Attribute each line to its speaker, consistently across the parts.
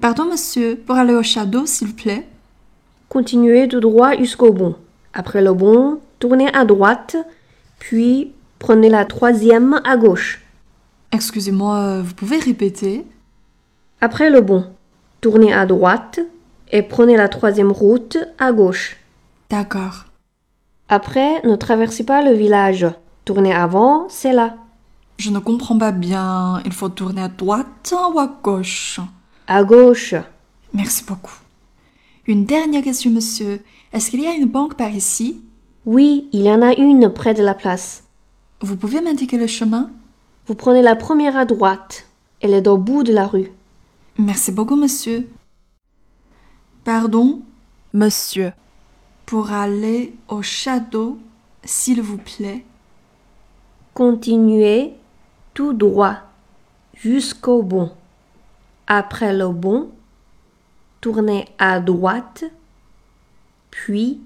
Speaker 1: Pardon, monsieur, pour aller au château, s'il vous plaît.
Speaker 2: Continuez tout droit jusqu'au bon. Après le bon, tournez à droite, puis prenez la troisième à gauche.
Speaker 1: Excusez-moi, euh, vous pouvez répéter
Speaker 2: Après le bon, tournez à droite et prenez la troisième route à gauche.
Speaker 1: D'accord.
Speaker 2: Après, ne traversez pas le village. Tournez avant, c'est là.
Speaker 1: Je ne comprends pas bien. Il faut tourner à droite ou à gauche
Speaker 2: À gauche.
Speaker 1: Merci beaucoup. Une dernière question, monsieur. Est-ce qu'il y a une banque par ici
Speaker 2: Oui, il y en a une près de la place.
Speaker 1: Vous pouvez m'indiquer le chemin
Speaker 2: Vous prenez la première à droite. Elle est au bout de la rue.
Speaker 1: Merci beaucoup, monsieur. Pardon,
Speaker 3: monsieur,
Speaker 1: pour aller au château, s'il vous plaît.
Speaker 2: Continuez tout droit jusqu'au bon. Après le bon, tournez à droite, puis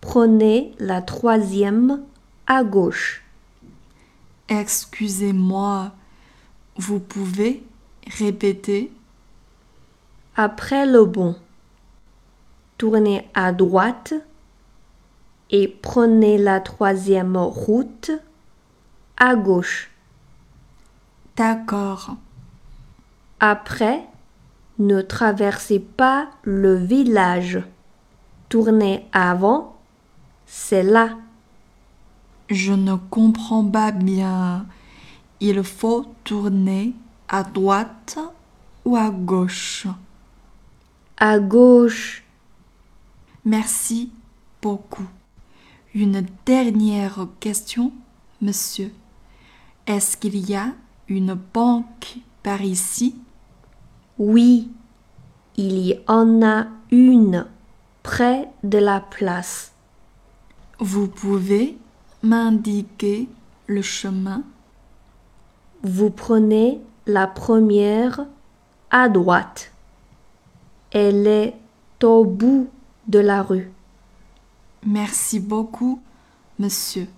Speaker 2: prenez la troisième à gauche.
Speaker 1: Excusez-moi. Vous pouvez répéter
Speaker 2: Après le bon, tournez à droite et prenez la troisième route à gauche.
Speaker 1: D'accord.
Speaker 2: Après, ne traversez pas le village. Tournez avant, c'est là.
Speaker 1: Je ne comprends pas bien. Il faut tourner à droite ou à gauche.
Speaker 2: À gauche,
Speaker 1: Merci beaucoup. Une dernière question, monsieur. Est-ce qu'il y a une banque par ici
Speaker 2: oui. Il y en a une près de la place.
Speaker 1: Vous pouvez m'indiquer le chemin
Speaker 2: Vous prenez la première à droite. Elle est au bout de la rue.
Speaker 1: Merci beaucoup, monsieur.